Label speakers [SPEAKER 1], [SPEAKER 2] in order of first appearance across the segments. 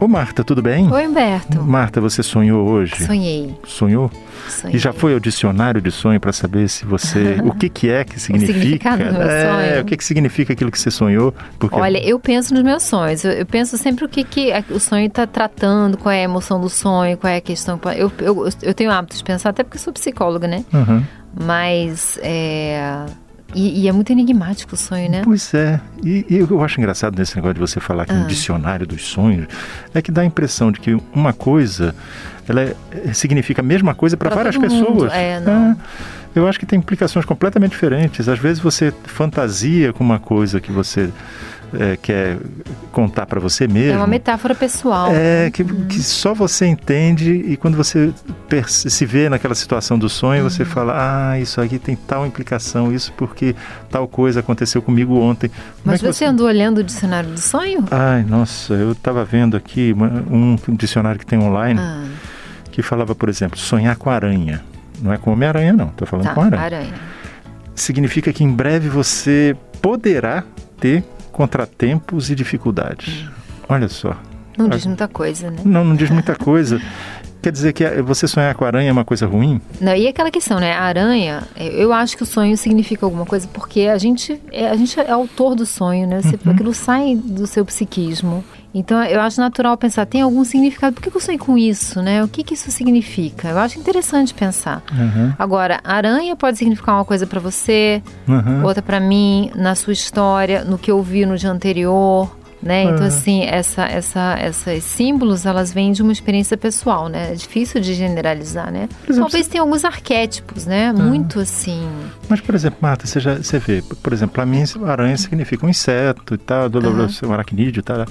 [SPEAKER 1] Ô Marta, tudo bem?
[SPEAKER 2] Oi, Humberto.
[SPEAKER 1] Marta, você sonhou hoje?
[SPEAKER 2] Sonhei.
[SPEAKER 1] Sonhou?
[SPEAKER 2] sonhei.
[SPEAKER 1] E já foi ao dicionário de sonho para saber se você. o que, que é que significa?
[SPEAKER 2] significado do meu
[SPEAKER 1] é,
[SPEAKER 2] sonho.
[SPEAKER 1] o que, que significa aquilo que você sonhou? Porque
[SPEAKER 2] Olha, eu penso nos meus sonhos. Eu, eu penso sempre o que, que a- o sonho está tratando, qual é a emoção do sonho, qual é a questão. Eu, eu, eu tenho hábito de pensar, até porque eu sou psicóloga, né?
[SPEAKER 1] Uhum.
[SPEAKER 2] Mas é. E, e é muito enigmático o sonho, né?
[SPEAKER 1] Pois é. E, e eu acho engraçado nesse negócio de você falar que é um
[SPEAKER 2] Ah.
[SPEAKER 1] dicionário dos sonhos é que dá a impressão de que uma coisa ela é- é- significa a mesma coisa para
[SPEAKER 2] Pra
[SPEAKER 1] várias
[SPEAKER 2] todo mundo.
[SPEAKER 1] pessoas.
[SPEAKER 2] É, não.
[SPEAKER 1] Eu acho que tem implicações completamente diferentes. Às vezes você fantasia com uma coisa que você é, quer contar para você mesmo.
[SPEAKER 2] É uma metáfora pessoal.
[SPEAKER 1] É, que, que só você entende e quando você perce- se vê naquela situação do sonho,
[SPEAKER 2] Uhum.
[SPEAKER 1] você fala, ah, isso aqui tem tal implicação, isso porque tal coisa aconteceu comigo ontem. Como
[SPEAKER 2] Mas
[SPEAKER 1] é que
[SPEAKER 2] você andou olhando o dicionário do sonho?
[SPEAKER 1] Ai, nossa, eu estava vendo aqui uma- um dicionário que tem online
[SPEAKER 2] Ah,
[SPEAKER 1] que falava, por exemplo, sonhar com aranha. Não é com Homem-Aranha, não, estou falando
[SPEAKER 2] tá.
[SPEAKER 1] com aranha.
[SPEAKER 2] Aranha.
[SPEAKER 1] Significa que em breve você poderá ter contratempos e
[SPEAKER 2] Hum.
[SPEAKER 1] dificuldades. Olha só.
[SPEAKER 2] Não
[SPEAKER 1] Ah.
[SPEAKER 2] diz muita coisa, né?
[SPEAKER 1] Não, não diz muita coisa. Quer dizer que eh, você sonhar com aranha é uma coisa ruim?
[SPEAKER 2] Não, e aquela questão, né? A aranha, eh, eu acho que o sonho significa alguma coisa, porque a gente é, a gente é autor do sonho, né? Você, Aquilo sai do seu psiquismo. Então eu acho natural pensar, tem algum significado? Por que, que eu sonhei com isso, né? O que, que isso significa? Eu acho interessante pensar.
[SPEAKER 1] Aham,
[SPEAKER 2] Agora, aranha pode significar uma coisa pra você,
[SPEAKER 1] aham.
[SPEAKER 2] outra pra mim, na sua história, no que eu vi no dia anterior. Né? Então,
[SPEAKER 1] É.
[SPEAKER 2] assim, essa, essa, esses símbolos, elas vêm de uma experiência pessoal, né? É difícil de generalizar, né?
[SPEAKER 1] Por exemplo,
[SPEAKER 2] Talvez tenha alguns arquétipos, né?
[SPEAKER 1] É.
[SPEAKER 2] Muito assim.
[SPEAKER 1] Mas, por exemplo, Marta, você, já, você vê, por exemplo, para mim, aranha significa um inseto e tal, blá, blá,
[SPEAKER 2] Uhum.
[SPEAKER 1] blá, um aracnídeo e tal.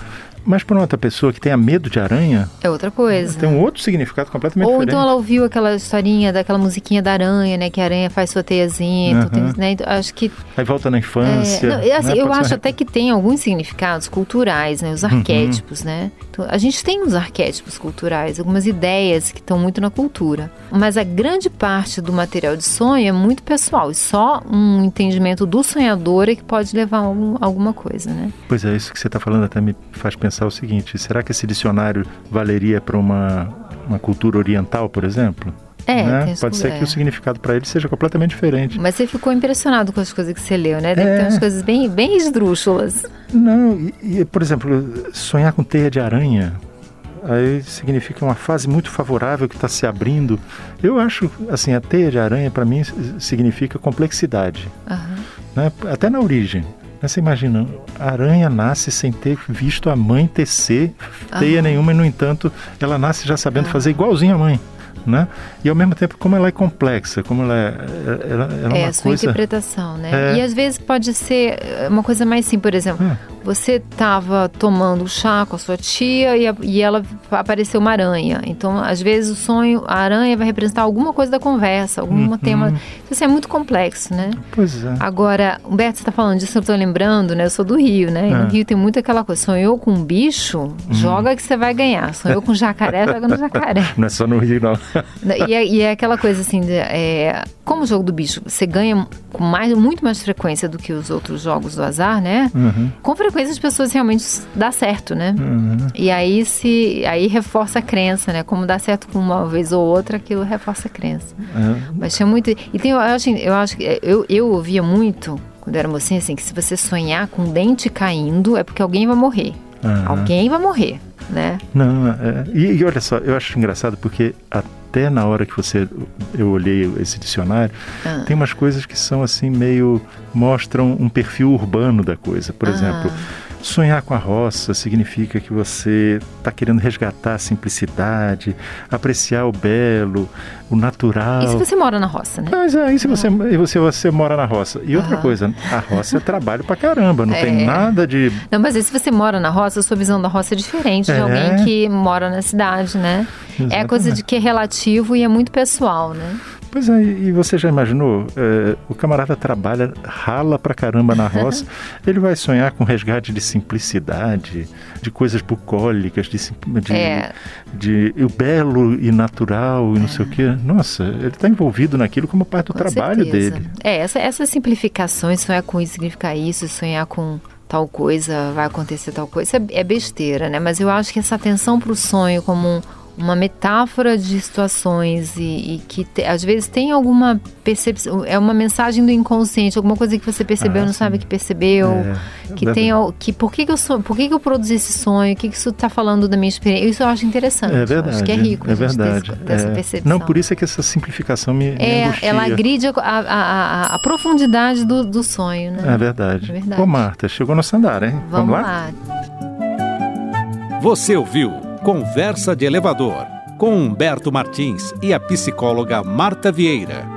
[SPEAKER 1] Mas para uma outra pessoa que tenha medo de aranha,
[SPEAKER 2] É outra coisa.
[SPEAKER 1] tem um outro significado completamente
[SPEAKER 2] Ou então
[SPEAKER 1] diferente.
[SPEAKER 2] ela ouviu aquela historinha daquela musiquinha da aranha, né? Que a aranha faz sua teiazinha. então
[SPEAKER 1] Aham.
[SPEAKER 2] tem- né? Então, acho que.
[SPEAKER 1] Aí volta na
[SPEAKER 2] é,
[SPEAKER 1] infância.
[SPEAKER 2] não, e assim,
[SPEAKER 1] né?
[SPEAKER 2] eu
[SPEAKER 1] Pode
[SPEAKER 2] acho
[SPEAKER 1] ser- Uhum.
[SPEAKER 2] até que tem alguns significados culturais, né? Os arquétipos, né? Então, a gente tem uns arquétipos culturais, algumas ideias que estão muito na cultura. Mas a grande parte do material de sonho é muito pessoal. E só um entendimento do sonhador é que pode levar a algum- alguma coisa, né?
[SPEAKER 1] Pois é, isso que você está falando até me faz pensar o seguinte: será que esse dicionário valeria para uma, uma cultura oriental, por exemplo?
[SPEAKER 2] É,
[SPEAKER 1] Né?
[SPEAKER 2] tem esse-
[SPEAKER 1] Pode ser que
[SPEAKER 2] é.
[SPEAKER 1] o significado para ele seja completamente diferente.
[SPEAKER 2] Mas você ficou impressionado com as coisas que você leu, né? Deve
[SPEAKER 1] É.
[SPEAKER 2] ter umas coisas bem, bem esdrúxulas.
[SPEAKER 1] Não, e, e, por exemplo, sonhar com teia de aranha aí significa uma fase muito favorável que está se abrindo. Eu acho, assim, a teia de aranha para mim s- significa complexidade,
[SPEAKER 2] Aham.
[SPEAKER 1] né? até na origem. Né? Você imagina, a aranha nasce sem ter visto a mãe tecer teia nenhuma e, no entanto, ela nasce já sabendo fazer igualzinho a mãe. Né? E ao mesmo tempo, como ela é complexa, como ela é, ela, ela é
[SPEAKER 2] É,
[SPEAKER 1] uma
[SPEAKER 2] a sua
[SPEAKER 1] coisa.
[SPEAKER 2] interpretação, né?
[SPEAKER 1] É.
[SPEAKER 2] E às vezes pode ser eh, uma coisa mais simples, por exemplo.
[SPEAKER 1] Ah,
[SPEAKER 2] Você estava tomando chá com a sua tia e, a- e ela apareceu uma aranha. Então, às vezes, o sonho, a aranha vai representar alguma coisa da conversa, algum
[SPEAKER 1] Uhum.
[SPEAKER 2] tema. Então, assim, é muito complexo, né?
[SPEAKER 1] pois é.
[SPEAKER 2] Agora, Humberto, você tá falando disso, eu tô lembrando, né? Eu sou do Rio, né? E
[SPEAKER 1] É. Uhum.
[SPEAKER 2] no Rio tem muito aquela coisa. Sonhou com um bicho, joga que você vai ganhar. Sonhou com jacaré, joga no jacaré.
[SPEAKER 1] Não é só no Rio, não.
[SPEAKER 2] E é, e é aquela coisa assim, de, é, como o jogo do bicho, você ganha com mais, muito mais frequência do que os outros jogos do azar, né?
[SPEAKER 1] Uhum.
[SPEAKER 2] Com frequência as pessoas realmente dá certo, né?
[SPEAKER 1] Uhum.
[SPEAKER 2] E aí se aí reforça a crença, né? Como dá certo com uma vez ou outra, aquilo reforça a crença.
[SPEAKER 1] É.
[SPEAKER 2] Mas tinha muito. E tem, eu acho, eu acho que eu, eu ouvia muito quando eu era mocinha assim, que se você sonhar com um dente caindo, é porque alguém vai morrer.
[SPEAKER 1] Aham.
[SPEAKER 2] Alguém vai morrer, né?
[SPEAKER 1] Não, é, e, e olha só, eu acho engraçado porque até na hora que você eu olhei esse dicionário,
[SPEAKER 2] Ah.
[SPEAKER 1] tem umas coisas que são assim meio mostram um perfil urbano da coisa. Por
[SPEAKER 2] Ah.
[SPEAKER 1] exemplo, sonhar com a roça significa que você está querendo resgatar a simplicidade, apreciar o belo, o natural.
[SPEAKER 2] E se você mora na roça, né?
[SPEAKER 1] Mas aí se você, e você, você mora na roça. E outra
[SPEAKER 2] Aham.
[SPEAKER 1] coisa, a roça é trabalho pra caramba, não tem
[SPEAKER 2] Ah. É.
[SPEAKER 1] nada de
[SPEAKER 2] Não, mas aí se você mora na roça, a sua visão da roça é diferente de
[SPEAKER 1] É.
[SPEAKER 2] alguém que mora na cidade, né? É a coisa de que é relativo e é muito pessoal, né?
[SPEAKER 1] Pois é, e você já imaginou? é, o camarada trabalha, rala pra caramba na roça, ele vai sonhar com resgate de simplicidade, de coisas bucólicas, de, sim- de,
[SPEAKER 2] É.
[SPEAKER 1] de- e o belo e natural e não sei o quê. Nossa, ele está envolvido naquilo como parte do
[SPEAKER 2] É. Com
[SPEAKER 1] trabalho
[SPEAKER 2] certeza.
[SPEAKER 1] dele.
[SPEAKER 2] É, essa- essas simplificações, sonhar com isso significa isso, sonhar com tal coisa, vai acontecer tal coisa, é, é besteira, né? Mas eu acho que essa atenção para o sonho como um, uma metáfora de situações e, e que te, às vezes tem alguma percepção, é uma mensagem do inconsciente, alguma coisa que você percebeu, ah, não sim. sabe que percebeu, é, que tem que por que, que eu sou, por que, que eu produzi esse sonho, o que, que isso está falando da minha experiência, isso eu acho interessante, é verdade, acho que é rico,
[SPEAKER 1] é verdade, desse,
[SPEAKER 2] dessa
[SPEAKER 1] é,
[SPEAKER 2] percepção.
[SPEAKER 1] Não por isso é que essa simplificação me, é, me
[SPEAKER 2] ela agride a, a, a, a profundidade do, do, sonho, né?
[SPEAKER 1] É verdade. É verdade. Ô Marta, chegou nosso andar, hein?
[SPEAKER 2] Vamos, Vamos lá?
[SPEAKER 3] lá. Você ouviu? Conversa de Elevador, com Humberto Martins e a psicóloga Marta Vieira.